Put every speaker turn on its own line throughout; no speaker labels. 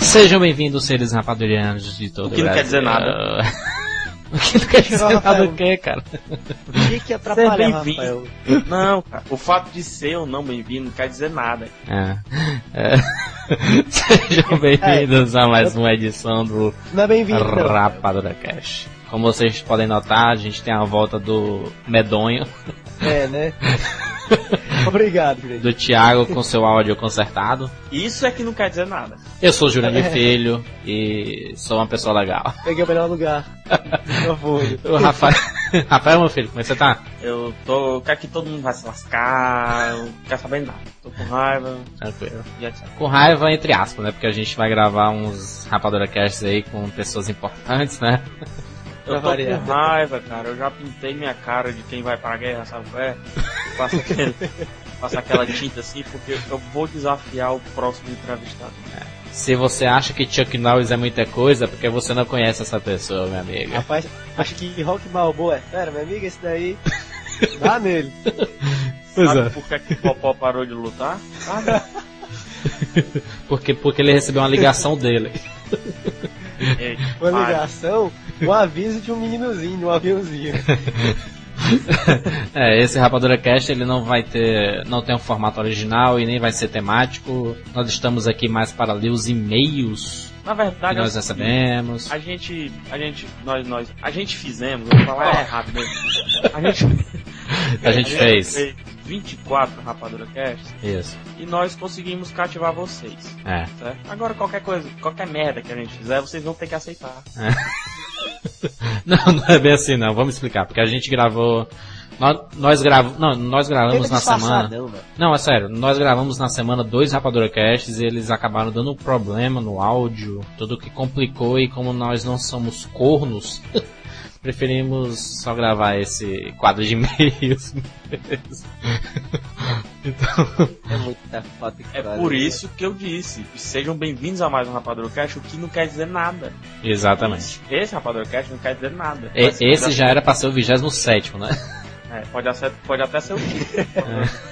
Sejam bem-vindos, seres rapadurianos de todo
O que não
Brasil.
quer dizer nada.
o que não quer dizer nada
Rafael.
o quê, cara?
Por que que atrapalha,
Seja
Rafael?
bem-vindo. Não, cara. O fato de ser ou não bem-vindo não quer dizer nada.
É. É. Sejam bem-vindos a mais uma edição do
Não é bem-vindo, não.
Rapadura Cash. Como vocês podem notar, a gente tem a volta do medonho,
É, né? Obrigado, gente.
do Thiago com seu áudio consertado.
Isso é que não quer dizer nada.
Eu sou Jurandir Filho e sou uma pessoa legal.
Peguei o melhor lugar. Eu vou.
O Rafael, Rafael meu filho, como é que você tá?
Eu tô. Eu quero que todo mundo vai se lascar. Eu não quero saber de nada. Tô com raiva.
Tranquilo.
E etc.
Com raiva, entre aspas, né? Porque a gente vai gravar uns Rapadura Casts aí com pessoas importantes, né?
Eu
Pra
tô
variar.
com raiva, cara. Eu já pintei minha cara de quem vai pra guerra, sabe? qual É. Passa aquele. Passa aquela tinta assim, porque eu vou desafiar o próximo entrevistado.
Se você acha que Chuck Norris é muita coisa, é porque você não conhece essa pessoa, minha amiga.
Rapaz, acho que Rock Balboa é sério, minha amiga, esse daí. Dá nele.
Sabe
é.
por que, que o Popó parou de lutar? Ah, não.
Porque, porque ele recebeu uma ligação dele.
Ei,
Uma
para.
ligação, um aviso de um meninozinho, de um aviãozinho.
É, esse Rapadura Cast ele não vai ter. não tem um formato original e nem vai ser temático. Nós estamos aqui mais para ler os e-mails
Na
que
verdade,
nós
é o seguinte,
recebemos.
A gente, a gente, nós, nós, a gente fizemos, eu vou falar errado mesmo. A gente,
A gente fez.
24 Rapadura Cast
Isso.
e nós conseguimos cativar vocês,
É.
certo? Agora qualquer coisa, qualquer merda que a gente fizer, vocês vão ter que aceitar.
Não, não é bem assim não, vamos explicar, porque a gente gravou. Nós, nós gravamos. Não, nós gravamos na semana.
Não, é mano.
Não, é sério, nós gravamos na semana dois Rapadura Casts e eles acabaram dando um problema no áudio, tudo que complicou e como nós não somos cornos, preferimos só gravar esse quadro de e-mails. então,
É muito da foto que
É
faz,
por
né?
isso que eu disse, sejam bem-vindos a mais um Rapadura Cast, o que não quer dizer nada.
exatamente.
Esse Rapadura Cast não quer dizer nada.
E-
Mas pode
esse já era pra ser o 27, né?
É, pode, ace- pode até ser o título.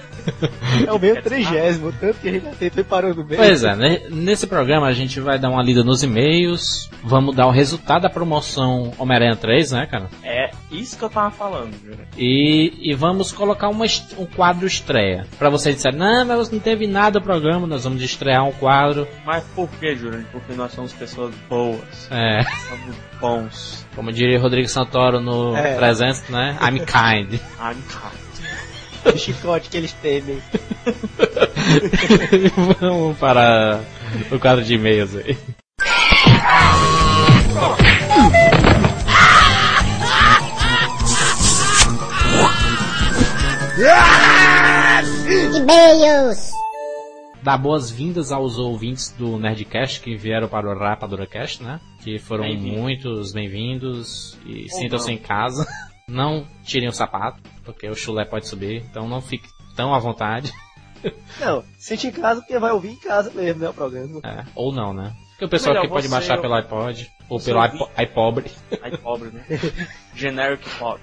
É o meio trigésimo, tanto que a gente já tentou e parou no meio.
Pois é, né? nesse programa a gente vai dar uma lida nos e-mails, vamos dar o resultado da promoção Homem-Aranha 3, né, cara?
É isso que eu tava falando, Júnior.
E, e vamos colocar uma est- um quadro estreia. Pra vocês disserem, não, mas não teve nada o programa, nós vamos estrear um quadro.
Mas por que, Júnior? Porque nós somos pessoas boas,
É,
somos bons.
como diria Rodrigo Santoro no
É.
300, né? I'm kind.
I'm kind.
é.
O chicote que eles temem.
vamos para o quadro de e-mails aí.
e-mails.
Dar boas-vindas aos ouvintes do Nerdcast que vieram para o RapaduraCast, né? Que foram
Bem-vindo.
muitos bem-vindos e
Ou
sintam-se
não.
em casa. Não tirem o sapato, porque o chulé pode subir, então não fique tão à vontade.
Não, sente em casa porque vai ouvir em casa mesmo, né? O programa.
É, ou não, né? Porque o pessoal
Melhor
aqui pode
você
baixar
ou-
pelo iPod ou
você
pelo
ouvir.
iPo- iPobre.
Ai, pobre, né? Generic pobre.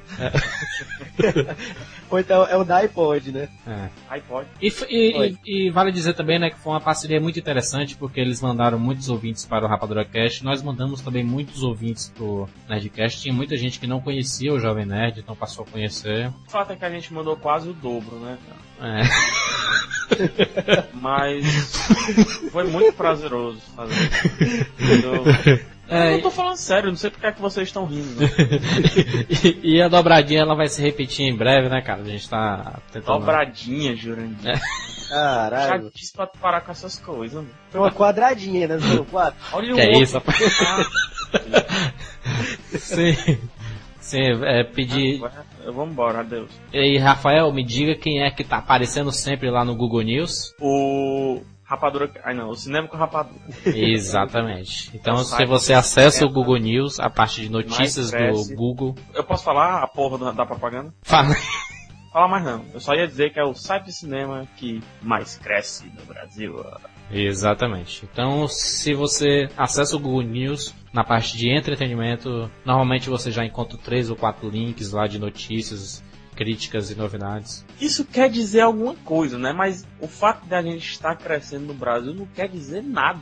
Ou então é o da iPod, né?
É.
iPod.
E, f- e-
Oi.
e- e vale dizer também né, que foi uma parceria muito interessante, porque eles mandaram muitos ouvintes para o Rapadura Cast, nós mandamos também muitos ouvintes para o Nerdcast, tinha muita gente que não conhecia o Jovem Nerd, então passou a conhecer.
O fato é que a gente mandou quase o dobro, né? cara?
É.
Mas foi muito prazeroso fazer isso. Eu, eu
É,
não tô falando sério, não sei porque é que vocês estão rindo. Né?
e, e a dobradinha ela vai se repetir em breve, né, cara? A gente tá tentando...
Dobradinha, Jurandir.
É.
Caralho.
Já disse pra tu parar com essas coisas, mano.
Foi uma quadradinha, né? Não quatro.
Olha o
Que é
outro.
isso, rapaz? Sim, sim é, pedir...
Ah, Vamos embora, adeus.
E Rafael, me diga quem é que tá aparecendo sempre lá no Google News.
O Rapadura. Ai não, o cinema com Rapadura.
Exatamente. Então,
É o
se
site
você
que
acessa o
é
Google News, a parte de notícias
cresce.
do Google,
Eu posso falar a porra do- da propaganda?
fala.
Falar mais não. Eu só ia dizer que é o site de cinema que mais cresce no Brasil.
Exatamente. Então, se você acessa o Google News, na parte de entretenimento, normalmente você já encontra três ou quatro links lá de notícias, críticas e novidades.
Isso quer dizer alguma coisa, né? Mas o fato de a gente estar crescendo no Brasil não quer dizer nada.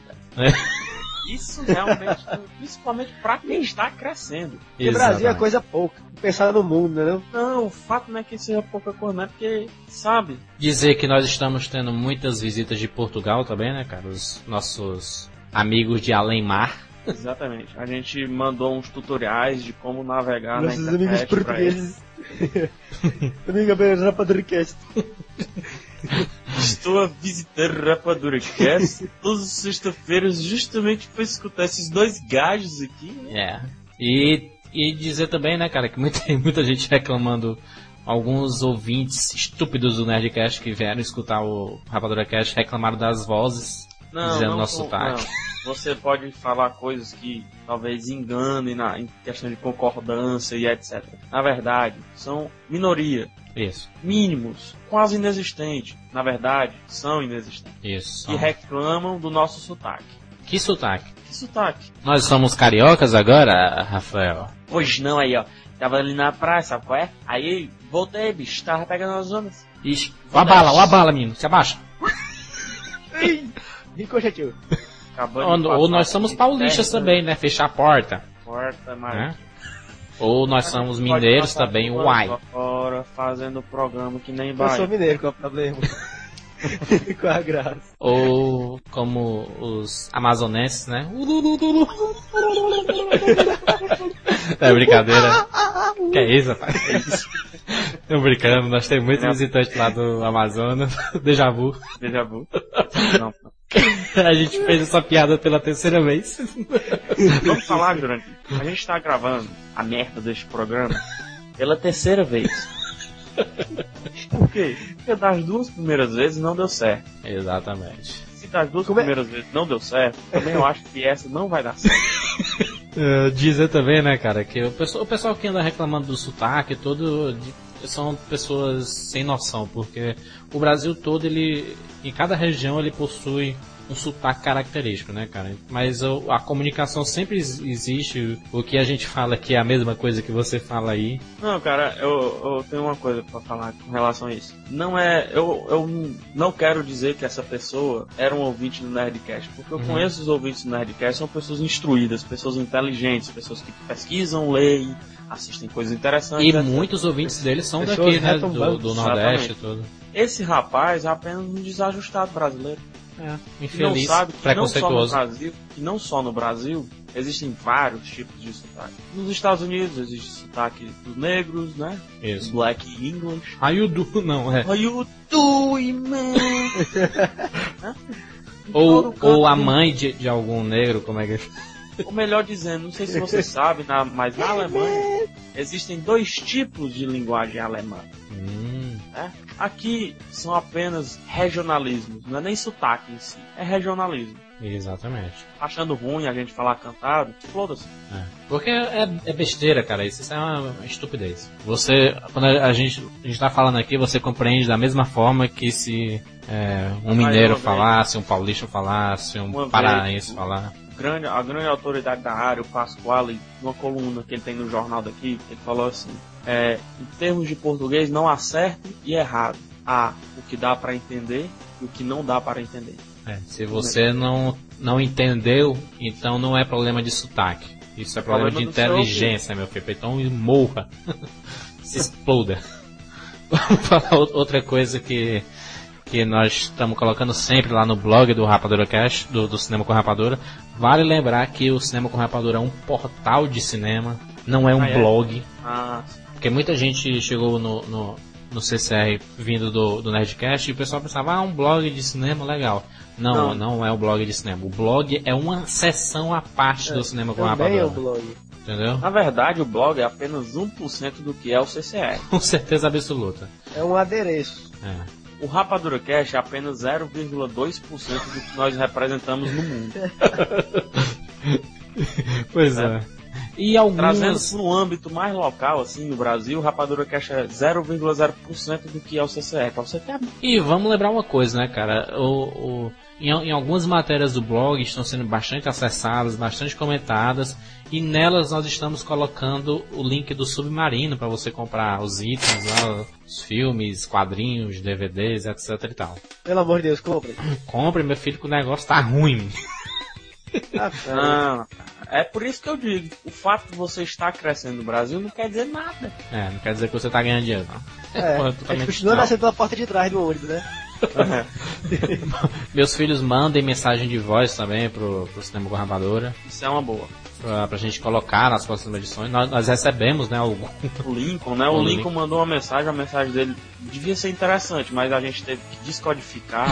Isso realmente, principalmente pra quem está crescendo.
Porque Brasil é coisa pouca. Pensar no mundo, né? não?
Não, o fato não é que seja pouca coisa, não é porque, sabe?
Dizer que nós estamos tendo muitas visitas de Portugal também, né, cara? Os nossos amigos de além mar.
Exatamente. A gente mandou uns tutoriais de como
Ah,
navegar
Nossos
na
amigos
internet pra eles.
portugueses. Amiga Beira Rapadurcast.
Estou a visitar o Rapaduracast todas as sextas-feiras justamente para escutar esses dois gajos aqui.
É.
né?
E, e dizer também, né, cara, que muita, muita gente reclamando. Alguns ouvintes estúpidos do Nerdcast que vieram escutar o Rapadura Cast reclamaram das vozes. Dizendo nosso
com-
sotaque.
não. Você pode falar coisas que talvez enganem na em questão de concordância e etc. Na verdade, são minoria,
Isso,
mínimos, quase inexistentes. Na verdade, são inexistentes.
isso.
Que reclamam do nosso sotaque.
Que sotaque.
Que sotaque?
Nós somos cariocas agora, Rafael?
Pois não, aí ó. Tava ali na praia, sabe qual é? Aí voltei, bicho, tava pegando as ondas.
Ixi, uma bala, uma bala, menino, se abaixa.
Ricochetinho.
Acabando de
Ou, ou
passar
nós somos
aqui,
paulistas
perto,
também, né? Fechar a porta.
Porta,
Né?
mas...
Ou nós somos mineiros também, uai.
Fora, fazendo programa que nem
Eu
vai.
sou mineiro, qual é o problema? Qual a graça?
Ou como os amazonenses, né? é brincadeira. Que é isso, rapaz? Tô brincando, nós temos muitos visitantes lá do Amazonas, déjà vu.
Deja vu. Não.
A gente fez essa piada pela terceira vez.
Vamos falar, Jurandir. A gente tá gravando a merda deste programa pela terceira vez. Por quê? Porque das duas primeiras vezes não deu certo.
Exatamente.
Se das duas
Como é-
primeiras vezes não deu certo, também eu acho que essa não vai dar certo.
Eh, dizer também, né, cara, que o pessoal, o pessoal que anda reclamando do sotaque todo de- são pessoas sem noção, porque o Brasil todo, ele, em cada região, ele possui um sotaque característico, né, cara? Mas o- a comunicação sempre ex- existe, o que a gente fala aqui é a mesma coisa que você fala aí.
Não, cara, eu, eu tenho uma coisa pra falar com relação a isso. Não é. Eu, eu não quero dizer que essa pessoa era um ouvinte do Nerdcast, porque eu
Uhum.
conheço os ouvintes do Nerdcast, são pessoas instruídas, pessoas inteligentes, pessoas que pesquisam, leem, assistem coisas interessantes.
E
etc.
muitos ouvintes deles são
Pessoas
daqui,
é
né, do,
retumbantes.
do Nordeste e tudo.
Esse rapaz é apenas um desajustado brasileiro. Que não
Infeliz,
sabe que não, só no
preconceituoso.
Brasil, que não só no Brasil existem vários tipos de sotaque. Nos Estados Unidos existe sotaque dos negros, né? Os
Isso.
Black English.
Aí o Du, não, é.
How you doing, man? Né? Em
Ou,
todo canto
ou a
tem-
mãe de, de algum negro, como é que
Ou melhor dizendo, não sei se você sabe, na- mas na Alemanha existem dois tipos de linguagem alemã.
Hum,
Aqui são apenas regionalismos, não é nem sotaque em si, é regionalismo.
exatamente.
achando ruim a gente falar cantado, foda-se.
É. Porque é, é besteira, cara. Isso é uma estupidez. Você, quando a a gente, a gente tá falando aqui, você compreende da mesma forma que se é, um mineiro
uma vez.
falasse, um paulista falasse, um
Uma
paranaense
vez.
falar.
Grande, a grande autoridade da área, o Pasquale, numa coluna que ele tem no jornal daqui, ele falou assim: é, em termos de português, não há certo e errado. Há o que dá para entender e o que não dá para entender.
É, se você não, não entendeu, então não é problema de sotaque. Isso é problema,
Problema
de
do seu
inteligência, meu filho. Então morra. se exploda. Vamos falar ou- outra coisa que, que nós estamos colocando sempre lá no blog do Rapadura Cash, do, do Cinema com Rapadura. Vale lembrar que o Cinema com Rapadura é um portal de cinema, não é um
Ah, é?
blog.
Ah,
Porque muita gente chegou no, no, no CCR vindo do, do Nerdcast e o pessoal pensava, ah, um blog de cinema, legal. Não, não,
Não.
é o blog de cinema. O blog é uma seção à parte do cinema com a
Também é um
rapadura.
blog.
Entendeu?
na verdade, o blog é apenas 1% do que é o CCR.
Com certeza absoluta.
É um adereço.
É.
O RapaduraCast é apenas 0,2% do que nós representamos no mundo.
Pois é. E algumas...
Trazendo para um âmbito mais local, assim, no Brasil, o RapaduraCast é 0,0% do que é o CCR. Pra você ter
E vamos lembrar uma coisa, né, cara? O, o- em, em algumas matérias do blog estão sendo bastante acessadas, bastante comentadas, e nelas nós estamos colocando o link do Submarino para você comprar os itens, lá, os filmes, quadrinhos, DVDs, etc e tal.
Pelo amor de Deus, compre.
Compre, meu filho, que o negócio tá ruim.
Ah, cara.
Não, é por isso que eu digo, o fato de você estar crescendo no Brasil não quer dizer nada.
É, não quer dizer que você tá ganhando dinheiro, não.
É,
Pô,
é,
totalmente
continua
não.
nascendo pela porta de trás do ônibus, né?
Meus filhos mandem mensagem de voz também pro, pro Cinema com Rapadura,
Isso é uma boa.
pra, pra gente colocar nas próximas edições. Nós, nós recebemos, né, algum.
O Lincoln, né? O,
O
Lincoln,
Lincoln.
mandou uma mensagem, a mensagem dele devia ser interessante, mas a gente teve que descodificar.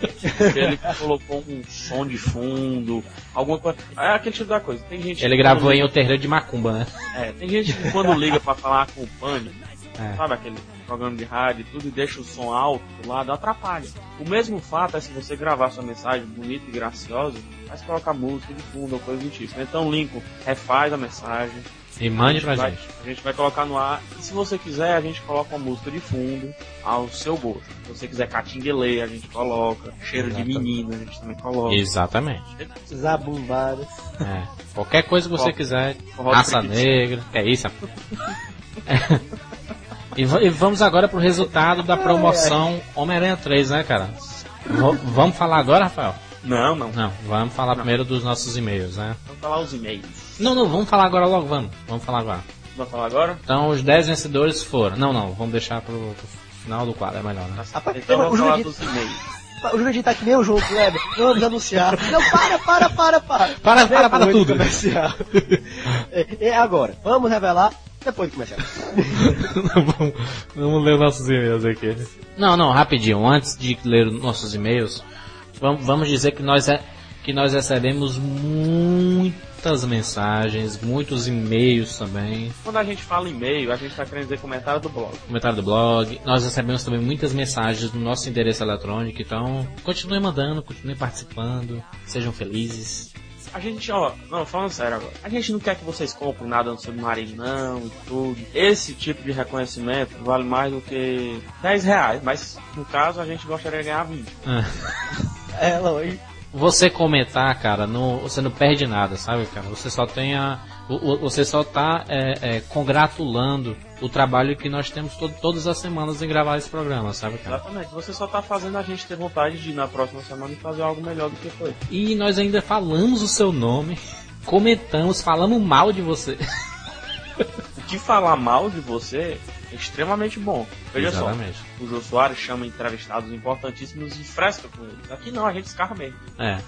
Porque ele colocou um som de fundo, alguma coisa. É aquele tipo da coisa. Tem gente
Ele
que
gravou
quando-
em o terreiro de Macumba, né?
É, tem gente que quando liga pra falar acompanha,
É.
sabe aquele programa de rádio e tudo, e deixa o som alto do lado, atrapalha. O mesmo fato é se você gravar sua mensagem bonita e graciosa, mas coloca música de fundo ou coisa do tipo. Então, Lincoln, refaz a mensagem,
E mande pra
vai-
gente.
a gente vai colocar no ar, e se você quiser, a gente coloca uma música de fundo ao seu gosto. Se você quiser catinguelê, a gente coloca, cheiro de
Exatamente.
menino, a gente também coloca.
Exatamente.
Zabumbada.
É. Qualquer coisa que você
Qual-
quiser,
Forró
raça
preguiça.
negra, que é isso. é. e, va- e vamos agora pro resultado da promoção Homem-Aranha 3, né, cara? Vo- vamos falar agora, Rafael?
Não, não.
Não, vamos falar
Não.
primeiro dos nossos e-mails, né?
Vamos falar os e-mails.
Não, não, vamos falar agora logo, vamos. Vamos falar agora.
Vamos falar agora?
Então os 10 vencedores foram. Não, não, vamos deixar pro, pro final do quadro, é melhor, né?
Rapaz,
Então
eu-
vamos
o
falar
Jurandir-
dos e-mails.
O Jurandir tá que nem o João Kleber. Não vamos anunciar. Não, para, para, para, para.
Para, para, para
Depois do
tudo.
Comercial. É, é agora. Vamos revelar depois do comercial.
vamos, vamos ler nossos e-mails aqui. Não, não, rapidinho. Antes de ler nossos e-mails, vamos, vamos dizer que nós, é, que nós recebemos muitas mensagens, muitos e-mails também.
Quando a gente fala e-mail, a gente tá querendo dizer comentário do blog.
Comentário do blog. Nós recebemos também muitas mensagens no nosso endereço eletrônico. Então, continuem mandando, continuem participando. Sejam felizes.
A gente, ó, não, falando sério agora. A gente não quer que vocês comprem nada no submarino, não, e tudo. Esse tipo de reconhecimento vale mais do que 10 reais, mas no caso a gente gostaria de ganhar 20.
Ah.
É, longe.
você comentar, cara, não, você não perde nada, sabe, cara? Você só tem a. o- o- Você só tá é, é, congratulando o trabalho que nós temos to- todas as semanas em gravar esse programa, sabe, cara?
Exatamente. Você só tá fazendo a gente ter vontade de ir na próxima semana e fazer algo melhor do que foi.
E nós ainda falamos o seu nome, comentamos, falamos mal de você.
O que falar mal de você é extremamente bom. Veja
Exatamente.
só, o Jô Soares chama entrevistados importantíssimos e fresca com eles. Aqui não, a gente escarra mesmo.
É.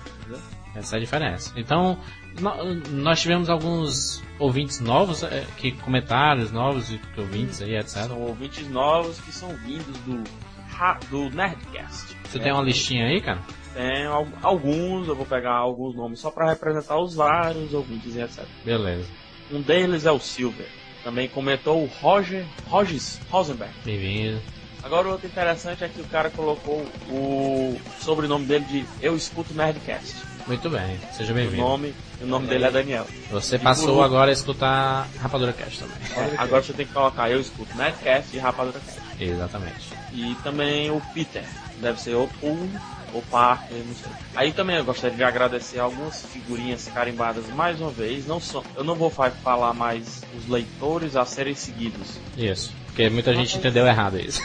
Essa é a diferença. Então, no- nós tivemos alguns ouvintes novos, é, que comentários novos, e ouvintes aí, etc.
São ouvintes novos que são vindos do, ra- do Nerdcast.
Você
É,
tem uma listinha aí, cara?
Tem al- alguns, eu vou pegar alguns nomes só para representar os vários ouvintes e etc.
Beleza.
Um deles é o Silver. Também comentou o Roger Rogers Rosenberg.
Bem-vindo.
Agora outro interessante é que o cara colocou o sobrenome dele de Eu Escuto Nerdcast.
Muito bem. Seja
O
bem-vindo.
nome, o nome dele é Daniel.
Você
por
passou
último-
agora a escutar Rapadura Cast também.
Agora você tem que colocar Eu Escuto Nerdcast e Rapadura Cast.
Exatamente.
E também o Peter. Deve ser ou Pool ou Parker, não sei. Aí também eu gostaria de agradecer algumas figurinhas carimbadas mais uma vez. Não só, eu não vou fa- falar mais os leitores a serem seguidos.
Isso. Porque muita gente entendeu errado isso.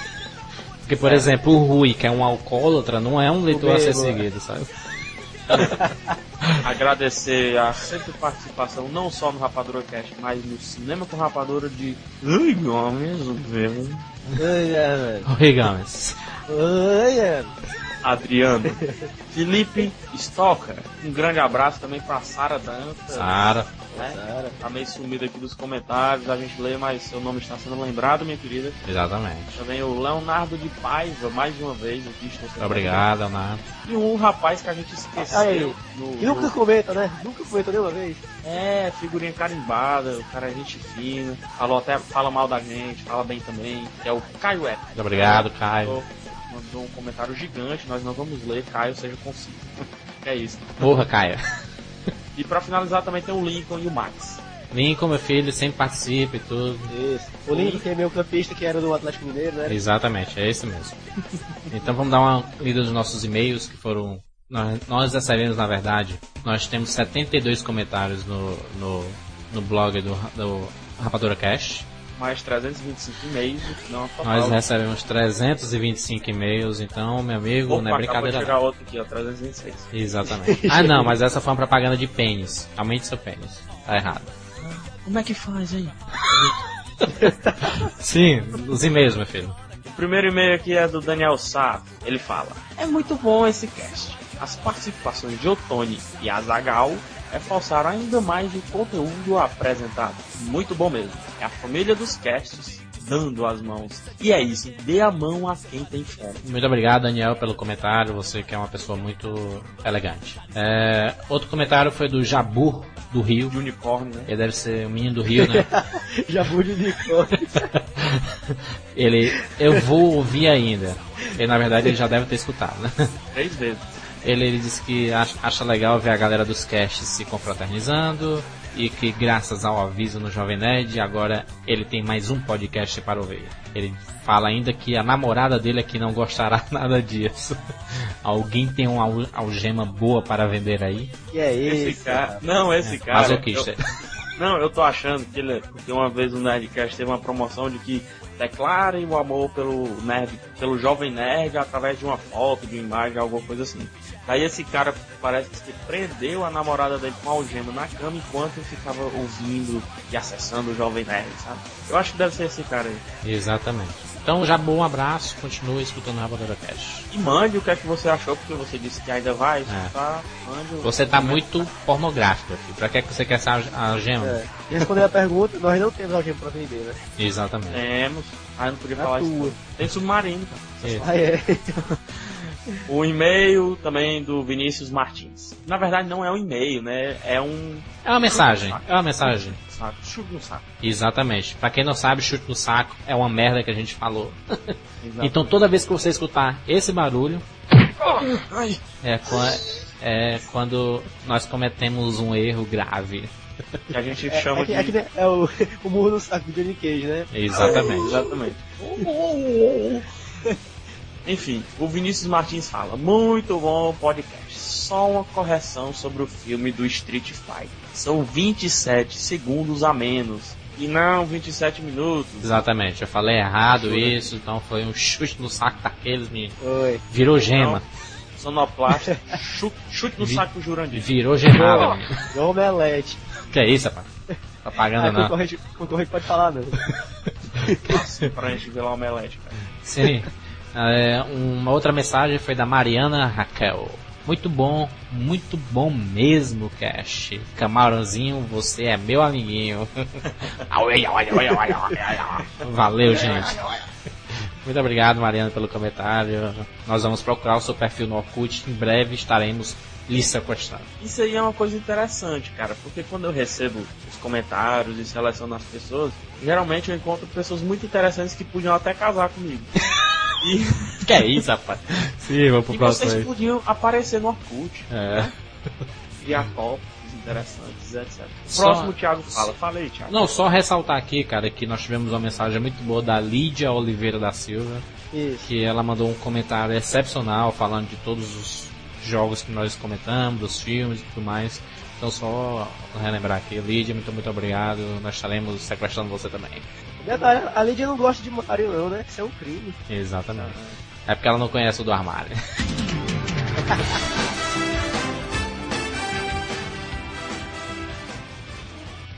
Porque, por exemplo, o Rui, que é um alcoólatra, não é um leitor a ser
bêbado,
seguido, sabe?
Agradecer a sempre participação, não só no Rapadura Cast, mas no Cinema com Rapadura de. Ai, meu amigo, velho.
Ai, é, velho.
Rui Gomes.
Ai, é.
Adriano. Felipe Stocker. Um grande abraço também pra Sara Dantas.
Sara.
né?
Cara,
Tá meio sumido aqui dos comentários, a gente lê, mas seu nome está sendo lembrado, minha querida.
Exatamente.
Também o Leonardo de Paiva, mais uma vez aqui. Estou
Muito obrigado, Leonardo.
E um rapaz que a gente esqueceu.
Aí,
no-
E nunca
no-
comenta, né? Nunca comenta nenhuma vez.
É, figurinha carimbada, o cara é gente fina. Falou até, fala mal da gente, fala bem também. Que é o Caio Epp.
Muito obrigado, Caio.
Mandou, mandou um comentário gigante, nós não vamos ler, Caio, seja conciso. é isso.
Porra, Caio.
E pra finalizar também tem o Lincoln e o Max.
Lincoln, meu filho, sempre participa e tudo.
Isso. O Link, que é meio campista, que era do Atlético Mineiro, né?
Exatamente, é isso mesmo. Então vamos dar uma lida dos nossos e-mails que foram. Nós, nós recebemos, na verdade, nós temos 72 comentários no, no, no blog do, Ra- do Rapadura Cash.
mais 325 e-mails, é no final total.
Nós recebemos 325 e-mails, então, meu amigo,
Opa,
não é
acabou de
brincadeira.
chegar outro aqui, ó, 326.
não. Exatamente. ah, não, mas essa foi uma propaganda de pênis. Aumente seu pênis. Tá errado.
Como é que faz, hein?
Sim, os e-mails, meu filho.
O primeiro e-mail aqui é do Daniel Sá. Ele fala: É muito bom esse cast. As participações de Otone e Azagal reforçaram ainda mais o conteúdo apresentado. Muito bom mesmo. É a família dos casts dando as mãos. E é isso, dê a mão a quem tem fome.
Muito obrigado, Daniel, pelo comentário. Você que é uma pessoa muito elegante. É, outro comentário foi do Jabur, do Rio.
De unicórnio, né?
Ele deve ser o menino do Rio, né?
Já vou de unicórnio.
Ele, eu vou ouvir ainda. Ele, na verdade, ele já deve ter escutado, né?
Três vezes.
Ele, ele disse que acha, acha legal ver a galera dos casts se confraternizando e que graças ao aviso no Jovem Nerd, agora ele tem mais um podcast para ouvir. Ele fala ainda que a namorada dele é que não gostará nada disso. Alguém tem uma al- algema boa para vender aí?
Que é
Esse
isso?
cara.
cara?
Não, esse cara.
Masoquista.
eu- não, eu tô achando que ele. é, Porque uma vez o Nerdcast teve uma promoção de que declarem o amor pelo nerd, pelo jovem nerd através de uma foto, de uma imagem, alguma coisa assim. Daí esse cara parece que prendeu a namorada dele com a algema na cama enquanto ficava ouvindo e acessando o jovem nerd, sabe? Eu acho que deve ser esse cara aí.
Exatamente. Então, já bom abraço. Continua escutando o Rabadora Cash.
E mande o que é que você achou, porque você disse que ainda vai escutar. Mande o-
Você tá muito pornográfico aqui. Pra que é que você quer essa alge- algema?
É. Respondendo a pergunta, nós não temos alguém pra vender, né?
Exatamente.
Temos. Ah, não podia
Na
falar isso.
tua.
Tem submarino, cara.
É.
Ah, é.
O e-mail também do Vinícius Martins. Na verdade, não é um e-mail, né? É um.
É uma mensagem. É uma mensagem.
Sabe? Chute no saco.
Exatamente. Pra quem não sabe, chute no saco é uma merda que a gente falou.
Exato.
Então toda vez que você escutar esse barulho,
Ai,
é, qua- é quando nós cometemos um erro grave.
que a gente
É,
chama
é que-
de.
é que nem- é o, o murro no saco do Johnny Cage, né?
Exatamente.
Exatamente. Enfim, o Vinícius Martins fala: Muito bom podcast. Só uma correção sobre o filme do Street Fighter. São 27 segundos a menos. E não 27 minutos.
Exatamente. Eu falei errado isso, então foi um chute no saco daqueles, me
Oi.
virou gema.
Sonoplasta. chute, chute no
Vi-
saco Jurandir.
Virou gemada. menino.
Igual omelete.
Que é isso, rapaz? Tá pagando
Ah,
não.
concorrente, concorrente pode falar, não.
pra gente ver lá o omelete, cara.
Sim. É, uma outra mensagem foi da Mariana Raquel. Muito bom, muito bom mesmo, Cash. Camarãozinho, você é meu amiguinho. Auê, auê, auê, auê, auê, auê. Valeu, gente. Muito obrigado, Mariana, pelo comentário. Nós vamos procurar o seu perfil no Orkut. Em breve estaremos lhe sequestrando.
Isso aí é uma coisa interessante, cara, porque quando eu recebo os comentários e seleciono as pessoas, geralmente eu encontro pessoas muito interessantes que podiam até casar comigo. E,
Que é isso, rapaz? Sim, vamos
e vocês podiam aparecer no Orkut, né?
É.
criar tópicos interessantes, etc.
Só-
Próximo, o Thiago fala. Fala aí, Thiago.
Não, só ressaltar aqui, cara, que nós tivemos uma mensagem muito boa da Lídia Oliveira da Silva.
Isso.
que ela mandou um comentário excepcional falando de todos os jogos que nós comentamos, dos filmes e tudo mais. Então só relembrar aqui, Lídia, muito muito obrigado. Nós estaremos sequestrando você também.
Detalhe, a Lídia não gosta de Mario, não, né? Isso é um crime.
Exatamente. É porque ela não conhece o do armário.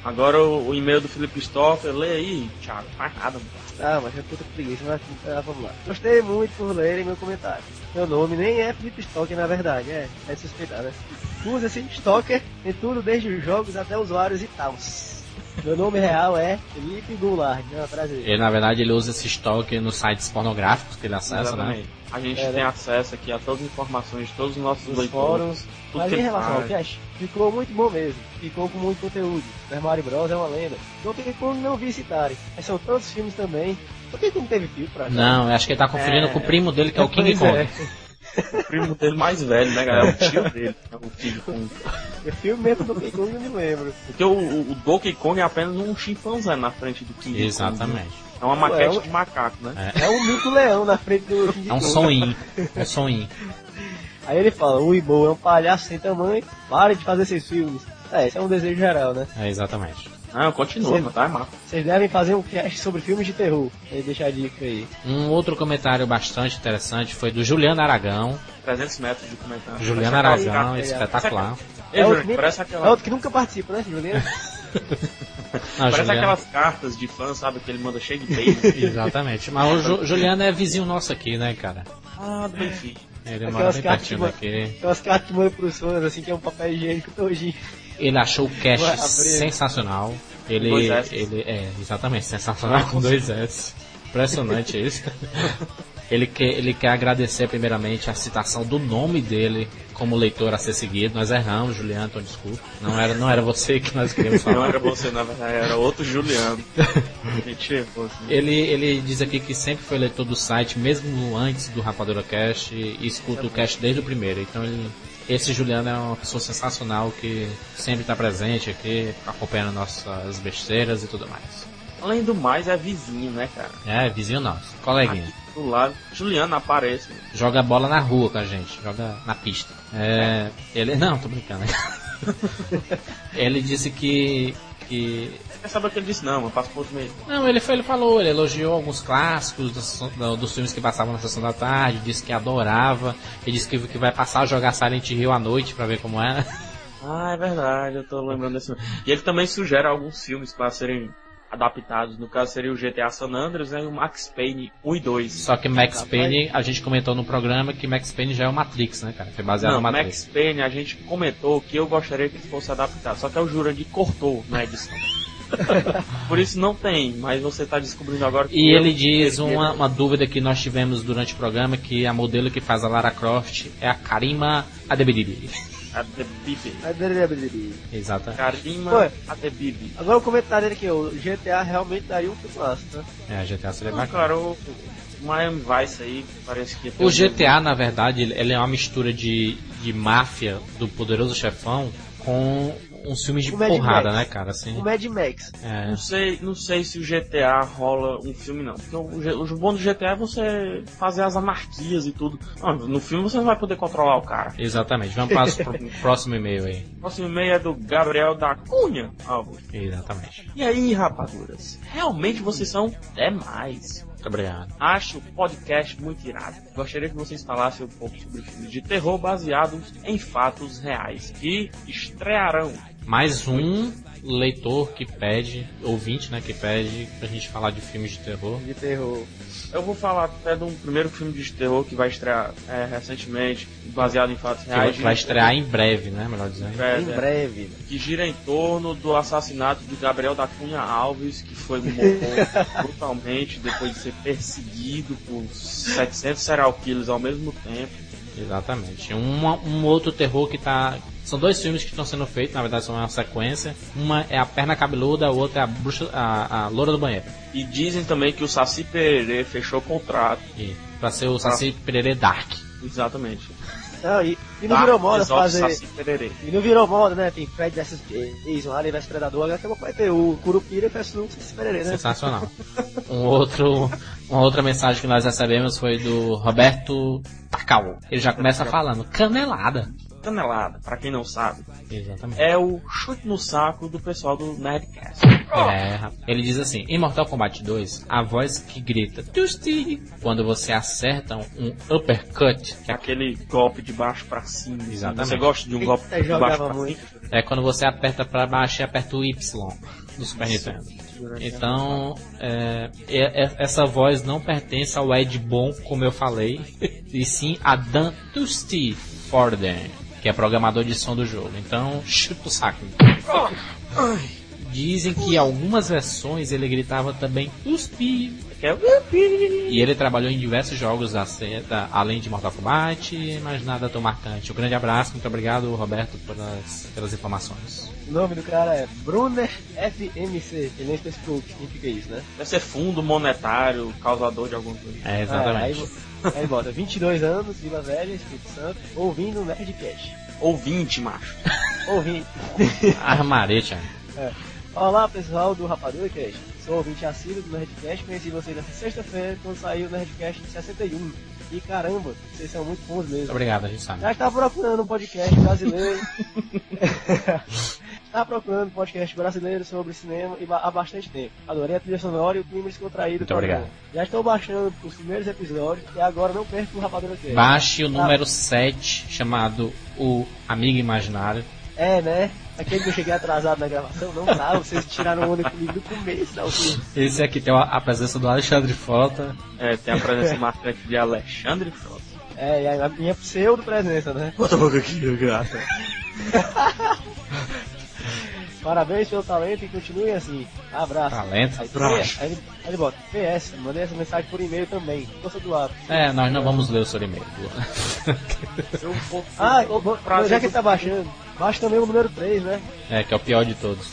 Agora o, o e-mail do Felipe Stoffer, lê aí, Thiago. Faz nada, mano.
Ah, mas é puta preguiça, mas ah, vamos lá. Gostei muito por lerem meu comentário. Meu nome nem é Felipe Stoker, na verdade, é, é suspeitar, né? Usa-se Stoker em tudo, desde os jogos até usuários e tal. Meu nome real é Felipe Goulart, né? Prazer.
Ele, na verdade, ele usa esse estoque nos sites pornográficos que ele acessa, né?
Exatamente. A gente
É, né?
tem acesso aqui a todas as informações de todos os nossos
Os
leitores.
fóruns.
tudo
Mas
que
em
ele
relação ao é
faz.
cast, ficou muito bom mesmo. Ficou com muito conteúdo. Super Mario Bros. é uma lenda. Não tem como não visitarem. Mas são tantos filmes também. Por que que não teve filme pra cá?
Não, eu acho que ele tá conferindo
É.
com o primo dele, que é o King
Pois
Kong.
é.
O primo dele mais velho, né, galera? O tio dele, né, o filho com
Eu é filme mesmo do King Kong eu não me lembro.
Porque o, o, o Donkey Kong é apenas um chimpanzé na frente do King Kong. né?
Exatamente.
É uma
Ué,
maquete
eu-
de macaco, né?
É um mico leão na frente do King
É um
Kong.
sonhinho. É um sonhinho.
Aí ele fala, o Ibo então, é um palhaço sem tamanho, pare de fazer esses filmes. É, esse é um desejo geral, né?
É, exatamente.
Não, continua,
Sim.
mas tá mapa.
Vocês devem fazer um cast sobre filmes de terror. Aí deixa a dica aí.
Um outro comentário bastante interessante foi do Juliano Aragão.
300 metros de comentário.
Juliano
Parece
Aragão,
aquela-
espetacular.
Ei,
outro
Júnior,
que-
parece
É
aquela,
outro que nunca participa, né, Juliano?
Não,
parece
Juliano-
aquelas cartas de fã, sabe? Que ele manda cheio de né? beijo.
Exatamente. Mas o Ju- Juliano é vizinho nosso aqui, né, cara?
ah, do Benfica.
Ele
Aquelas
mora bem
cartas
pertinho
que-
daqui.
Aquelas cartas que mandam pros fãs, assim, que é um papel higiênico todinho.
Ele achou o
Ué,
cast
abrir.
sensacional. Ele,
Dois S.
ele é exatamente sensacional com dois S. Impressionante isso. Ele quer, ele quer agradecer primeiramente a citação do nome dele como leitor a ser seguido. Nós erramos, Juliano, então desculpa. Não era, não era você que nós queríamos
Não
falar.
era você, na verdade, era outro Juliano. Gente, pô, assim,
Ele, ele diz aqui que sempre foi leitor do site, mesmo antes do Rapadura Cast, e escuta o cast desde o primeiro. Então ele, esse Juliano é uma pessoa sensacional que sempre está presente aqui, acompanhando nossas besteiras e tudo mais.
Além do mais, é vizinho, né, cara?
É, vizinho nosso, coleguinha.
Aqui do lado, Juliano aparece.
Joga bola na rua com a gente, joga na pista. É, ele. Não, tô brincando. ele disse que. que
Quer saber o que ele disse? Não, mas passa pro outro meio.
Não, ele, foi, ele falou, ele elogiou alguns clássicos dos, do- dos filmes que passavam na sessão da tarde, disse que adorava, ele disse que, que vai passar a jogar Silent Hill à noite pra ver como é.
Ah, é verdade, eu tô lembrando desse nome. E ele também sugere alguns filmes pra serem adaptados. No caso, seria o GTA San Andreas né, e o Max Payne 1 e 2.
Só que
Tá
Max Payne, a gente comentou no programa que Max Payne já é o Matrix, né, cara? Foi baseado
Não,
no Matrix.
Max Payne a gente comentou que eu gostaria que ele fosse adaptado. Só que é o Jurandir cortou na edição. Por isso não tem, mas você tá descobrindo agora que
E
eu-
ele diz
eu-
uma, uma dúvida que nós tivemos durante o programa, que a modelo que faz a Lara Croft é a Karima Adebiri.
é A The Bibi.
Exata.
Karima
Ué.
a The Bibi.
Agora o comentário dele aqui, o GTA realmente daria um filmaço, né?
É, a GTA seria
Não,
bacana.
Ah, cara, o o Miami Vice aí parece que... um
O GTA, na verdade, ele ele é uma mistura de, de máfia do poderoso chefão com uns filmes de
O Mad
porrada,
Max.
né, cara? Assim,
O Mad Max.
é.
Não sei, não sei se o GTA rola um filme, não. Porque o, G- o bom do GTA é você fazer as anarquias e tudo. Não, no filme você não vai poder controlar o cara.
Exatamente. Vamos para o próximo e-mail aí.
O próximo e-mail é do Gabriel da Cunha Alves.
Exatamente.
E aí, rapaduras? Realmente vocês são demais.
Muito obrigado.
Acho o podcast muito irado. Gostaria que vocês falassem um pouco sobre filmes de terror baseados em fatos reais que estrearão.
Mais um leitor que pede, ouvinte, né, que pede pra gente falar de filmes de terror.
De terror.
Eu vou falar até de um primeiro filme de terror que vai estrear é, recentemente, baseado em fatos
Que vai-
reais.
que vai estrear em breve, né, melhor dizendo.
É,
em
é,
breve.
que gira em torno do assassinato de Gabriel da Cunha Alves, que foi um morto brutalmente depois de ser perseguido por 700 serial killers ao mesmo tempo.
Exatamente. Um, um outro terror que tá. São dois filmes que estão sendo feitos, na verdade são uma sequência. Uma é a perna cabeluda, a outra é a bruxa. a, a loura do banheiro.
E dizem também que o Saci Pererê fechou o contrato.
E, pra ser o Saci Pererê Dark.
Exatamente.
Não, e, e não
Dark
virou moda
Exalta
fazer...
Saci Pererê.
E não virou moda, né? Tem Fred vs Jason, Alien vs Predador, agora acabou que vai ter o Curupira vs o Supererê, né?
Sensacional. Um outro, uma outra mensagem que nós recebemos foi do Roberto Takao. Ele já começa falando, canelada.
Canelada, pra quem não sabe,
Exatamente.
é o chute no saco do pessoal do Nerdcast.
É, rapaz. ele diz assim, em Mortal Kombat 2, a voz que grita Tusti! quando você acerta um uppercut, que
É aquele golpe de baixo pra cima. assim.
Exatamente.
Você gosta de um golpe
Eita,
de baixo
jogava
pra cima?
muito.
É quando você aperta pra baixo e aperta o Y do Super Nintendo. Então, é, é- é- essa voz não pertence ao Ed Bon, como eu falei, e sim a Dan Tusty Forden, que é programador de som do jogo. Então, chuta o saco. Dizem que em algumas versões ele gritava também Tusty.
Que é-
E ele trabalhou em diversos jogos da se- da- além de Mortal Kombat, mas nada tão marcante. Um grande abraço, muito obrigado, Roberto, pelas- pelas informações.
O nome do cara é Brunner FMC. Ele nem especificou o que significa isso, né?
Deve ser fundo monetário, causador de algum coisa.
É,
Ah, aí,
exatamente.
vo- aí bota 22 anos, Vila Velha, Espírito Santo, ouvindo o Nerdcast.
Ouvinte, macho.
Ouvindo.
Armarete, Thiago.
Olá, pessoal do Rapadura Cast. Sou ouvinte assíduo do Nerdcast, conheci vocês nessa sexta-feira quando saiu o Nerdcast de 61. E caramba, vocês são muito bons mesmo. tá
Muito obrigado, a gente sabe.
Já estava procurando um podcast brasileiro Tá procurando podcast brasileiro sobre cinema e ba- há bastante tempo. Adorei a trilha sonora e o clima descontraído.
Muito
tá
obrigado.
bom. Já estou baixando os primeiros episódios e agora não perco o Rapadura Cast.
Baixe
Tá.
o número 7, chamado O Amigo Imaginário.
É, né? Aquele que eu cheguei atrasado na gravação, não tá? Vocês tiraram onda comigo do começo da altura.
Esse aqui tem a- a presença do Alexandre Frota.
É, tem a presença marcante de Alexandre Frota.
É, e a minha pseudo-presença, né?
Bota a boca aqui, gata.
Parabéns pelo talento e continue assim. Abraço.
Talento.
Aí,
Abraço.
aí ele- aí ele bota, PS, mandei essa mensagem por e-mail também. Força do lado.
É, nós não vamos ler o seu e-mail.
Eu vou...
Ah, ô, bo-
prazer
já que
do-
ele tá baixando, baixa também o número 3, né?
É, que é o pior de todos.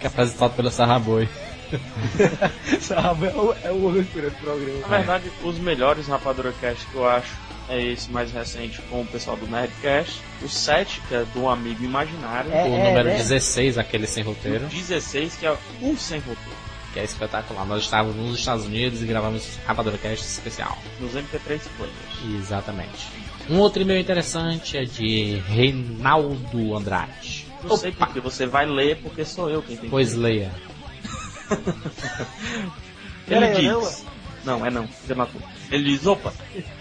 Que é apresentado pela Sarraboi.
Sabe, é o, é o âncora do programa.
Na verdade, os melhores Rapadura Cast que eu acho é esse mais recente com o pessoal do Nerdcast. O 7, que é do Amigo Imaginário.
O
É,
número
né?
16, aquele sem
O
roteiro,
16, que é um sem roteiro.
que é espetacular. Nós estávamos nos Estados Unidos e gravamos Rapaduracast especial.
Nos MP3 Players.
Exatamente. Um outro e-mail interessante é de Reinaldo Andrade.
Não sei
Opa,
porque você vai ler, porque sou eu quem tem
pois leia.
que
Pera
Ele
aí, eu
diz. Não, é não. Você matou. Ele diz, opa,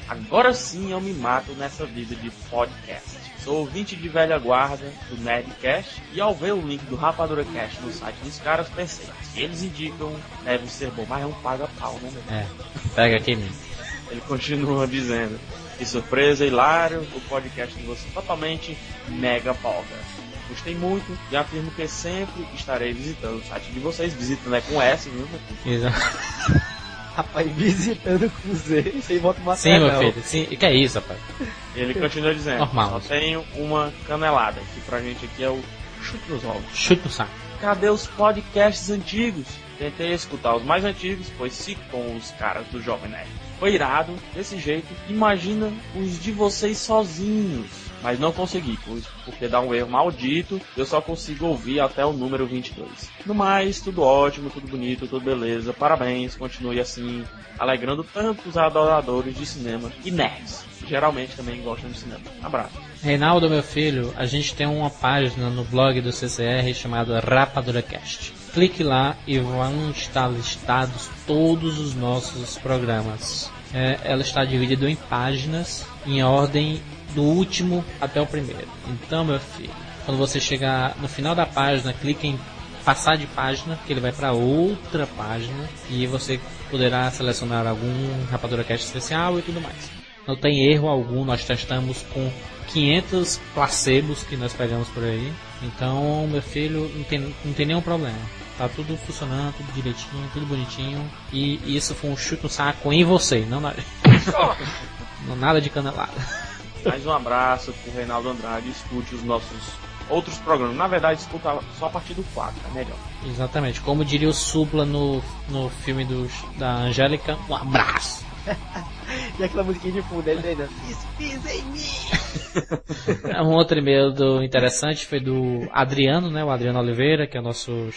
agora sim eu me mato nessa vida de podcast. Sou ouvinte de velha guarda do Nerdcast e ao ver o link do Rapadura Cast no site dos caras, pensei, se eles indicam, deve ser bom, mas é um paga-pau, né, meu?
É, pega aqui. menino.
Ele continua dizendo: Que surpresa, hilário, o podcast de você totalmente mega polga. Gostei muito e afirmo que sempre estarei visitando o site de vocês. Visita, né? Com S, viu?
Exa-
Rapaz, visitando com Z, sem voto
Sim,
material.
meu filho. Sim, que é isso, rapaz?
Ele continua dizendo:
Normal.
Só tenho uma canelada, que pra gente aqui é o chute nos olhos.
Chute no saco.
Cadê os podcasts antigos? Tentei escutar os mais antigos, pois se com os caras do Jovem Nerd foi irado desse jeito, imagina os de vocês sozinhos. Mas não consegui, pois porque dá um erro maldito, eu só consigo ouvir até o número 22. No mais, tudo ótimo, tudo bonito, tudo beleza, parabéns, continue assim, alegrando tantos adoradores de cinema e nerds, que geralmente também gostam de cinema. Abraço.
Reinaldo, meu filho, a gente tem uma página no blog do CCR chamada RapaduraCast. Clique lá e vão estar listados todos os nossos programas. É, ela está dividida em páginas, em ordem do último até o primeiro. Então, meu filho, quando você chegar no final da página, clique em passar de página, que ele vai para outra página e você poderá selecionar algum RapaduraCast especial e tudo mais. Não tem erro algum, nós testamos com 500 placebos que nós pegamos por aí. Então, meu filho, não tem, não tem nenhum problema. Tá tudo funcionando, tudo direitinho, tudo bonitinho. E isso foi um chute no saco em você, não na... não nada de canelada.
Mais um abraço pro Reinaldo Andrade. Escute os nossos outros programas. Na verdade, escuta só a partir do 4, é melhor.
Exatamente, como diria o Supla no, no filme dos, da Angélica, um abraço.
E aquela musiquinha de fundo, ele ainda. Isso,
Um outro e-mail do- interessante foi do Adriano, né? O Adriano Oliveira, que é nosso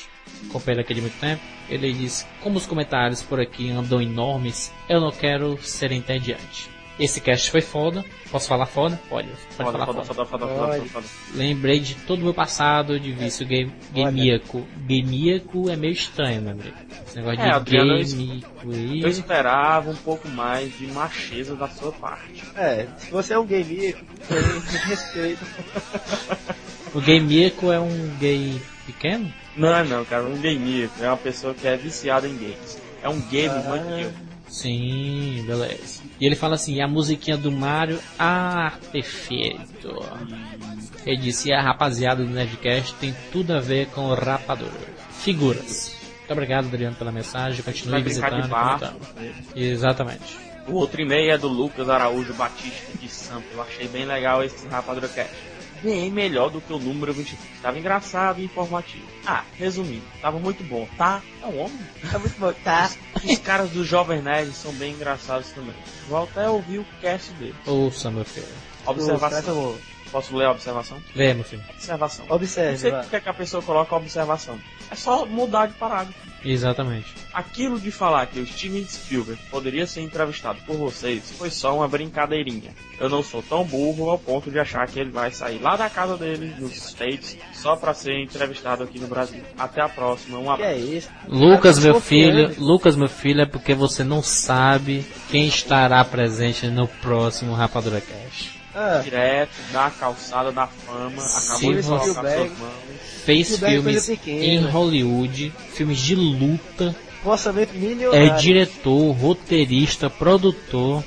companheiro aqui de muito tempo. Ele disse: Como os comentários por aqui andam enormes, eu não quero ser entediante. Esse cast foi foda. Posso falar foda? Pode, pode
Foda,
falar
foda,
foda.
foda, foda, foda, foda,
Olha.
foda.
Lembrei de todo o meu passado de vício
É.
game, gamíaco. Gamíaco é meio estranho, meu amigo. Esse negócio
É,
de
Adriano, eu-
gamíaco aí.
Eu esperava um pouco mais de macheza da sua parte.
É, se você é um gamer, respeito.
O gamíaco é um gay pequeno?
Não, não, cara, um gamer é uma pessoa que é viciada em games. É um game infantil.
Sim, beleza. E ele fala assim, e a musiquinha do Mario, ah, perfeito. Ele disse, e a rapaziada do Nerdcast tem tudo a ver com o rapador. Figuras. Muito obrigado, Adriano, pela mensagem.
Vai
Continue
brincar
visitando né, tá? e
de bar.
comentando. Exatamente.
O outro e-mail é do Lucas Araújo Batista de Santos. Eu achei bem legal esse rapadrocast. Bem melhor do que o número 23. Tava engraçado e informativo. Ah, resumindo, tava muito bom, tá? É um homem.
Tá muito bom. Tá.
Os caras do Jovem Nerd são bem engraçados também. Vou até ouvir o cast dele.
Ouça, meu filho.
Observação.
Tá
Posso ler a observação?
Vê, meu filho.
Observação.
bom. Observe,
Não sei
vai.
por que que a pessoa coloca observação. É só É mudar de parágrafo.
Exatamente.
Aquilo de falar que o Steven Spielberg poderia ser entrevistado por vocês foi só uma brincadeirinha. Eu não sou tão burro ao ponto de achar que ele vai sair lá da casa dele, nos States, só pra ser entrevistado aqui no Brasil. Até a próxima, um
Que
abraço.
é isso?
Lucas,
Tá
meu
desconfiando.
filho, Lucas, meu filho, é porque você não sabe quem estará presente no próximo Rapadura Cash.
Ah,
Direto da calçada da fama, acabou
Se
de colocar
você-
suas mãos.
Fez
Tudo bem,
então
filmes
coisa pequena.
em Hollywood, filmes de luta,
com orçamento milionário.
é diretor, roteirista, produtor,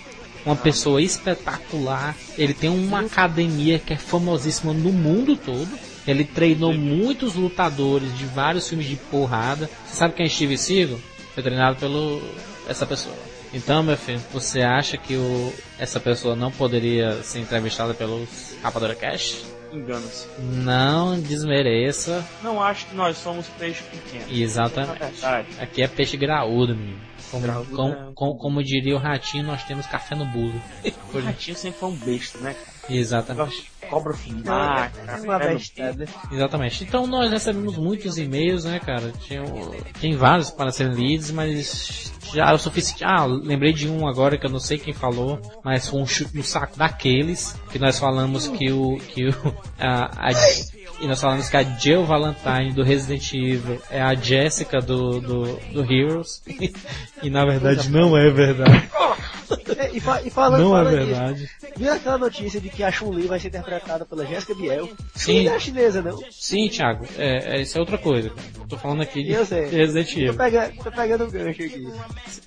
uma pessoa espetacular. Ele tem uma academia que é famosíssima no mundo todo. Ele treinou muitos lutadores de vários filmes de porrada. Você sabe quem é Steve Seagal? Foi treinado pelo essa pessoa. Então, meu filho, você acha que o, essa pessoa não poderia ser entrevistada pelos Rapadura Cash?
Engana-se.
Não desmereça.
Não acho que nós somos peixe pequeno. Na
Exatamente.
verdade,
Aqui é peixe graúdo, menino. Como,
Graúdo
com-
é-
com- como diria o ratinho, nós temos café no bolo.
o ratinho sempre foi um besta, né?
Tá. Exatamente.
Cobra
Ah,
é
fumaca,
uma né?
pé no
bestada.
Exatamente. Então nós recebemos muitos e-mails, né, cara? Tinha, o- tem vários para serem lidos, mas já é o suficiente. Ah, lembrei de um agora que eu não sei quem falou, mas foi um chute no saco daqueles que nós falamos que o. que o. A, a- e nós falamos que a Jill Valentine do Resident Evil é a Jessica do, do, do Heroes. E na verdade não é verdade.
É, E, fa- e falando,
Não é
falando
verdade.
Nisso, viu aquela notícia de que a Chun-Li vai ser interpretada pela Jéssica Biel?
Sim.
Não é chinesa, não.
Sim, Thiago, é, é, isso é outra coisa. cara. Tô falando aqui de,
Eu sei.
de Resident
Tô,
Evil.
pega, tô pegando o gancho aqui.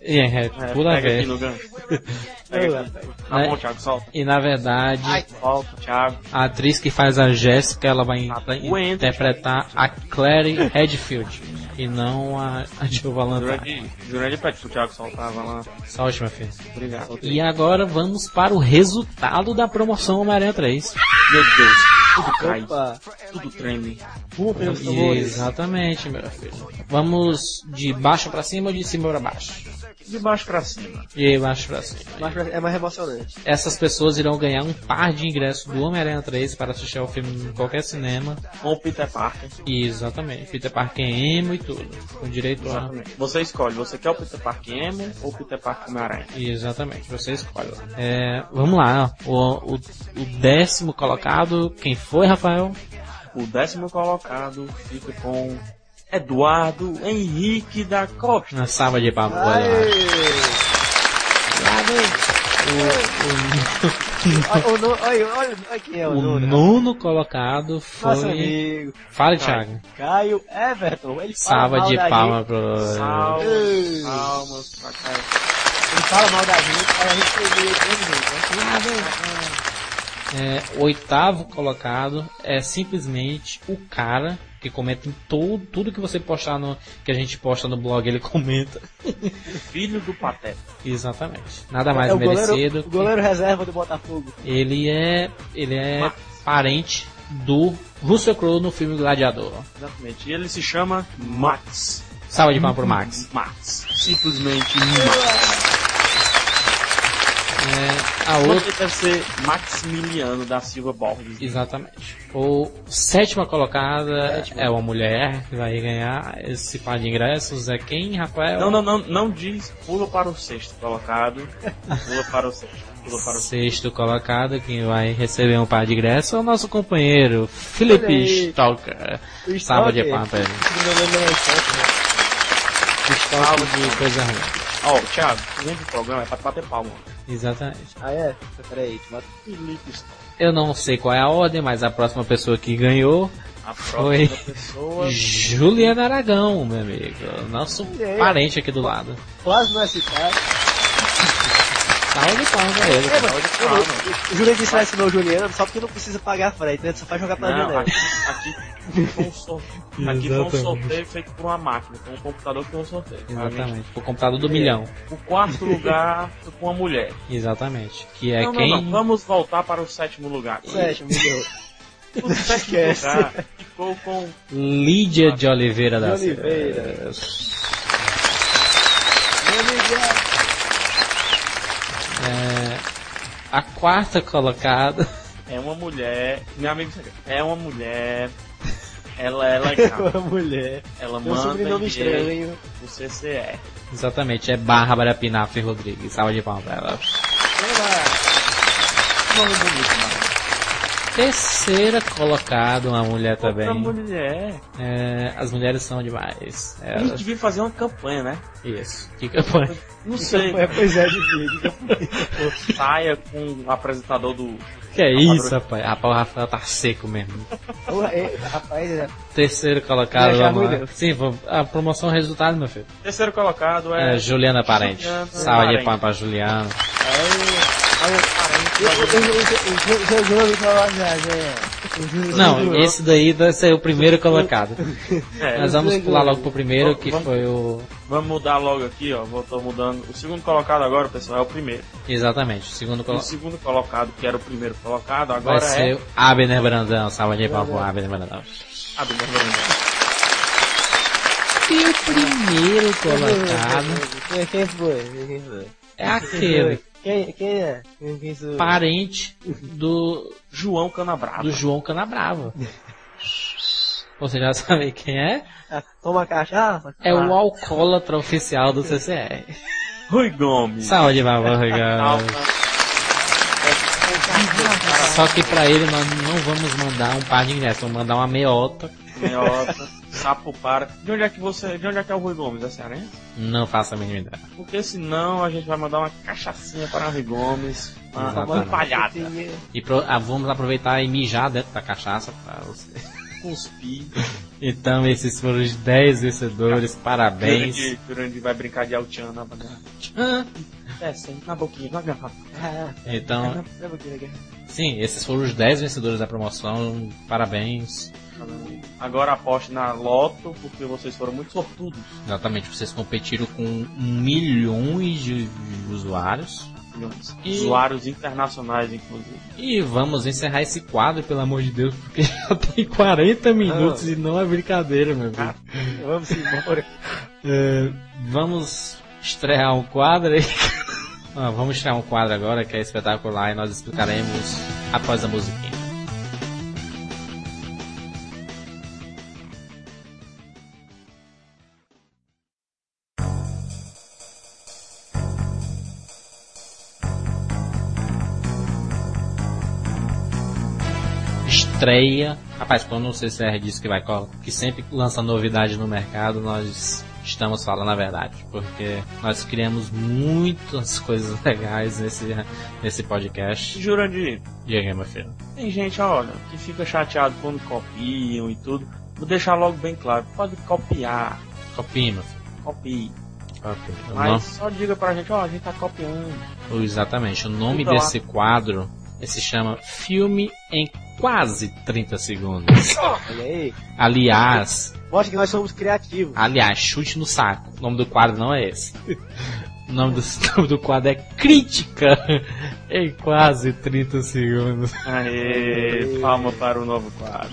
É, é,
É,
pula
pega aqui
velho.
no gancho. Pega aqui. Tá
Né? tá.
bom, Thiago, solta.
E na verdade,
Solta, Thiago.
a atriz que faz a Jéssica, ela vai
Tá
in-
doente,
interpretar a Clary Redfield. E não a, a Jill Valentine.
Jurandir, Jurandir pede pro Thiago soltar, vai lá.
Só ótima, filho.
Obrigado.
E agora vamos para o resultado da promoção Homem-Aranha 3.
Meu Deus, tudo cai,
Opa,
tudo treme.
rufem os tambores.
Exatamente, meu filho. Vamos de baixo pra cima ou de cima pra baixo?
De baixo pra cima.
De baixo pra cima.
Mas pra- é mais emocionante.
essas pessoas irão ganhar um par de ingressos do Homem-Aranha 3 para assistir ao filme em qualquer cinema.
Com o Peter Parker.
E, exatamente, Peter Parker em emo e tudo. Com direito a.
Exatamente. Você escolhe, você quer o Peter Parker emo ou o Peter Parker Homem-Aranha?
Exatamente, você escolhe. É, vamos lá, o, o, o décimo colocado, quem foi, Rafael?
O décimo colocado fica com Eduardo Henrique da Costa.
Na sala de palmas. olha lá.
Aê! Olha o no- Olha olha- olha quem é o
O
nono.
nono colocado
Nosso
foi.
amigo,
Fala, Thiago.
Caio Everton. Ele fala
Salva
mal
de
da
palmas
Salva,
pro.
Ei.
salva, pra cá.
gente, Ele fala mal da gente, aí a gente né, premia ele todo mundo, né?
É, o oitavo colocado é simplesmente o cara que comenta em todo, tudo que você postar no que a gente posta no blog, ele comenta.
Filho do Pateta.
Exatamente. Nada Tá mais
É o
merecido.
goleiro, o goleiro reserva do Botafogo.
Ele é ele é parente do Russell Crowe no filme Gladiador.
Exatamente. E ele se chama Max.
Salva de palmas pro Max.
Max. Simplesmente Max.
É,
Uhum.
a outra
Outro deve ser Maximiliano da Silva Borges.
Exatamente. O sétima colocada é uma mulher que vai ganhar esse par de ingressos. É quem, Rafael?
Não, não, não, não diz. Pula para o sexto colocado. Pula para o sexto. Pula para o sexto.
Sexto colocado, quem vai receber um par de ingressos é o nosso companheiro Felipe
Olha aí.
Stalker. Salva de
Stalker.
palmas pra ele.
Esse meu nome é Stalker.
Stalker de coisa ruim.
Ó, Thiago, o nome do programa é para bater palma.
Exatamente.
Ah, é? Peraí, tu mata.
Felipe Stoll.
Eu não sei qual é a ordem, mas a próxima pessoa que ganhou
A
Foi.
próxima é pessoa.
Juliana Aragão, meu amigo. Nosso
E aí?
parente aqui do lado.
Quase não é citado.
Salva de palmas pra ele.
Salva de palma.
O Jurandir selecionou o Juliano só porque não precisa pagar a frete, né? Só faz jogar pela
Não,
janela.
aqui, aqui foi um sorteio. Aqui foi um
Exatamente.
sorteio feito por uma máquina, por um computador que foi um sorteio. Exatamente.
Exatamente. Foi comprado do milhão.
O quarto lugar foi com uma mulher.
Exatamente. Que é
não, não,
quem.
não. Vamos voltar para o sétimo lugar.
Sétimo, meu.
O sétimo
É, Esquece.
lugar ficou com
Lídia de Oliveira da
De Oliveira.
Silva.
Meu amigo,
A quarta colocada.
É uma mulher. Meu amigo, é uma mulher Ela é legal.
Uma mulher.
Ela
Tem um
manda
sobrenome
e-mail
estranho.
pro CCE.
Exatamente, é Bárbara Pinafre Rodrigues. Salva de palmas pra ela.
Nome bonito, mano.
Terceira colocada, uma mulher também.
Outra mulher.
É, as mulheres são demais.
A gente
Elas...
devia fazer uma campanha, né?
Isso. Que campanha.
Não sei.
É, pois é, de vida.
Saia com o apresentador do.
Que é
Rapadura.
isso, rapaz? Rapaz, o Rafael tá seco mesmo.
Porra, é, Rapaz, é.
Terceiro colocado,
Não é
vamos
ruim,
lá.
não.
Sim, vamos- a promoção é resultado, meu filho.
Terceiro colocado é.
É, Juliana Parente.
Juliana
Salva de
Parente.
palmas pra Juliana.
Eu- eu- eu- eu- eu- eu- eu já ouvi falar já, já. Eu- eu- eu-
Não,
eu-
esse daí vai ser o primeiro colocado.
É,
Nós vamos pular logo pro primeiro,
Vamos-
que
vamos-
foi o.
Vamos mudar logo aqui, ó. Vou, tô mudando. O segundo colocado agora, pessoal, é o primeiro.
Exatamente, o segundo
O
colocado.
segundo colocado, que era o primeiro colocado,
Vai
agora
ser
é.
o Abner Brandão. Salva de palmas pro Abner Brandão.
Ah, do Brandão.
E é o primeiro colocado
Quem- Quem foi? Quem foi?
é aquele
Quem, quem é? Quem, quem sou?
parente do
João Canabrava.
do João Canabrava. Você já sabe quem é?
Ah, Toma cachaça?
É
Ah,
o alcoólatra oficial do CCR.
Rui Gomes.
Saúde, babá, Ricardo.
Calma.
Só que pra ele nós não vamos mandar um par de ingressos, vamos mandar uma meiota.
Minhota, sapo para. De onde é que você. De onde é que é o Rui Gomes? É cearense?
Não faça a mínima ideia.
Porque senão a gente vai mandar uma cachaçinha para o Rui Gomes. Uma, uma
Exatamente.
palhada.
Sim, é.
E pro- ah, vamos aproveitar e mijar dentro da cachaça pra você.
Cuspir.
Então, esses foram os 10 vencedores, parabéns.
Durante, durante vai brincar de né? Altian na banana.
Hã?
É, sim, na boquinha, na garrafa.
Ah,
Então,
sabe o que é que é?
sim, esses foram os 10 vencedores da promoção, parabéns.
Agora aposte na Loto, porque vocês foram muito sortudos.
Exatamente, vocês competiram com milhões de usuários.
milhões.
E-
Usuários internacionais, inclusive.
E vamos encerrar esse quadro, pelo amor de Deus, porque já tem 40 minutos e não é brincadeira, meu amigo.
Ah. Vamos embora.
É, vamos estrear um quadro aí. Ah, vamos estrear um quadro agora que é espetacular e nós explicaremos após a musiquinha. estreia. Rapaz, quando o CCR diz que vai colo- que sempre lança novidade no mercado, nós estamos falando a verdade, porque nós criamos muitas coisas legais nesse, nesse podcast.
Jurandir,
Diga aí, meu filho.
tem gente, olha, que fica chateado quando copiam e tudo. Vou deixar logo bem claro, pode copiar,
Copie, meu filho.
copie.
Copie. O
Mas só diga pra gente, ó, a gente tá copiando.
nome- oh, exatamente. O nome
Fica lá.
desse quadro se chama Filme em Quase 30 Segundos.
Olha aí.
Aliás,
Mostra que nós somos criativos.
Aliás, chute no saco. O nome do quadro não é esse. O nome do, o nome do quadro é Crítica em quase 30 segundos.
Aê, palma para o novo quadro.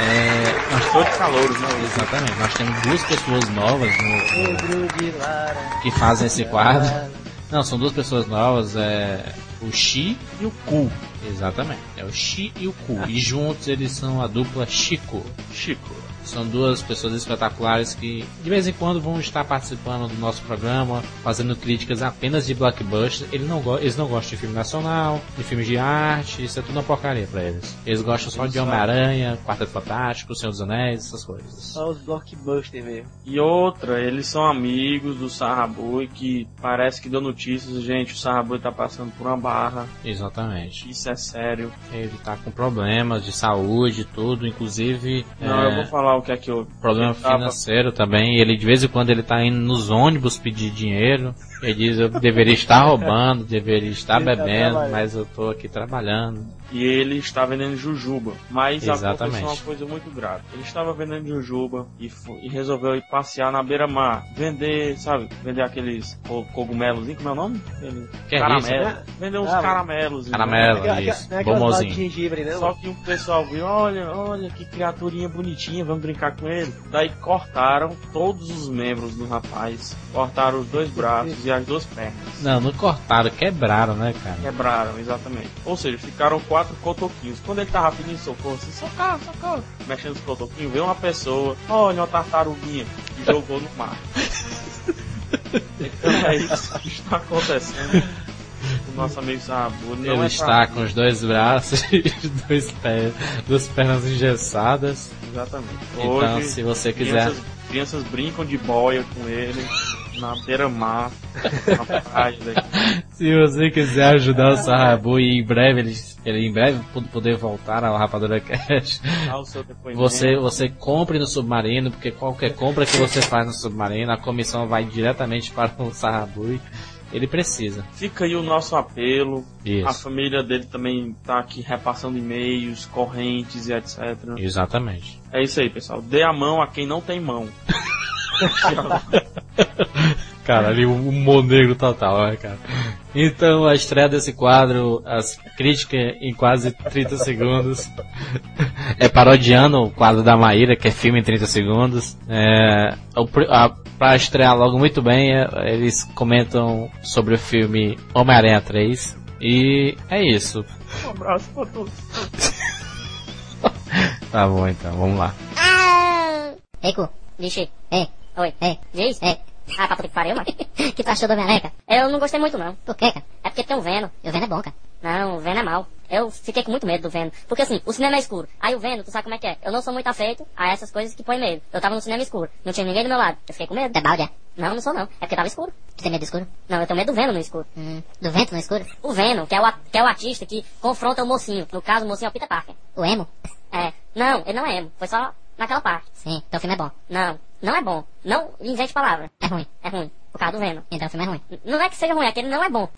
É,
Mas todos calouros, né? Luiz?
exatamente. Nós temos duas pessoas novas no-
Pedro de Lara.
que fazem esse quadro. Não, são duas pessoas novas. É o Xi e o Ku. Exatamente. É o Xi e o Ku. E juntos eles são a dupla Chico.
Chico.
São duas pessoas espetaculares que de vez em quando vão estar participando do nosso programa, fazendo críticas apenas de blockbuster. Eles não, go- eles não gostam de filme nacional, de filmes de arte, isso é tudo uma porcaria pra eles. Eles gostam só de
é.
Homem-Aranha, Quarteto Fantástico, Senhor dos Anéis, essas coisas.
Só os blockbusters mesmo.
E outra, eles são amigos do Sarraboi, que parece que deu notícias, gente, o Sarraboi tá passando por uma barra,
Exatamente.
isso é sério.
Ele tá com problemas de saúde e tudo, inclusive
Não,
é,
eu vou falar o que é que houve.
problema
Ele tava-
financeiro também. Ele de vez em quando ele tá indo nos ônibus pedir dinheiro. Ele diz eu deveria estar roubando, deveria estar
Ele tá
bebendo,
trabalhando.
mas eu tô aqui trabalhando.
E ele está vendendo jujuba. Mas
Exatamente.
aconteceu é uma coisa muito grave. Ele estava vendendo jujuba e, fo- e resolveu ir passear na beira-mar. Vender, sabe? Vender aqueles co- cogumelos. Como é o nome? Ele-
Que é
caramelo.
isso, né?
Vender uns
Ah,
caramelos.
Caramelo.
Aquela- aquela-
isso.
não é aquelas
Bomozinho.
um
balas de gengibre, né?
Só que o pessoal viu, olha, olha que criaturinha bonitinha, vamos brincar com ele. Daí cortaram todos os membros do rapaz. Cortaram os dois braços e as duas pernas.
Não, não cortaram, quebraram, né, cara?
Quebraram, exatamente. Ou seja, ficaram quatro cotoquinhos. Quando ele tava pedindo socorro, assim, socorro, socorro. Mexendo os cotoquinhos, veio uma pessoa, olha uma tartaruguinha, e jogou no mar. Então é isso que está acontecendo. O nosso amigo Sabu não
Ele
é
está
fraco.
com os dois braços e dois pés, duas pernas engessadas.
Exatamente.
então,
Hoje,
se você quiser.
crianças, crianças brincam de boia com ele na beira-mar, na praia. né, daí.
Se você quiser ajudar o Sarrabu e em breve ele, ele em breve pod- poder voltar ao Rapadura Cash,
Dá o seu depoimento.
você, você compre no submarino, porque qualquer compra que você faz no submarino, a comissão vai diretamente para o Sarrabu. Ele precisa.
Fica aí o nosso apelo. A
Isso.
família dele também tá aqui repassando e-mails, correntes e etc.
Exatamente.
É isso aí, pessoal. Dê a mão a quem não tem mão.
Cara, ali o humor negro total, né, cara? Então, a estreia desse quadro, as críticas em quase 30 segundos, é parodiando o quadro da Maíra, que é filme em 30 segundos. É, o pr- a- pra estrear logo muito bem, é, eles comentam sobre o filme Homem-Aranha 3. E é isso.
Um abraço pra todos.
Tá bom, então, vamos lá.
Rico, vixe, é, oi, é, diz, é. Ah, pra puta que pariu, mano. que tu achou do Homem-Aranha, cara? Eu não gostei muito, não. Por quê, cara? É porque tem o Veno. E o Veno é bom, cara. Não, o Veno é mau. Eu fiquei com muito medo do Veno. Porque assim, o cinema é escuro. Aí o Veno, tu sabe como é que é. Eu não sou muito afeito a essas coisas que põem medo. Eu tava no cinema escuro. Não tinha ninguém do meu lado. Eu fiquei com medo. É balde, Não, não sou não. É porque tava escuro. Tu tem medo do escuro? Não, eu tenho medo do Veno no escuro. do vento no escuro? O Veno, que é o, a- que é o artista que confronta o mocinho. No caso, o mocinho é o Peter Parker. O emo? É. Não, ele não é emo. Foi só naquela parte. Sim, então o filme é bom. Não, não é bom. Não invente palavra. É ruim. É ruim. Por causa do Venom. Então o filme é ruim. Não é que seja ruim, é que ele não é bom.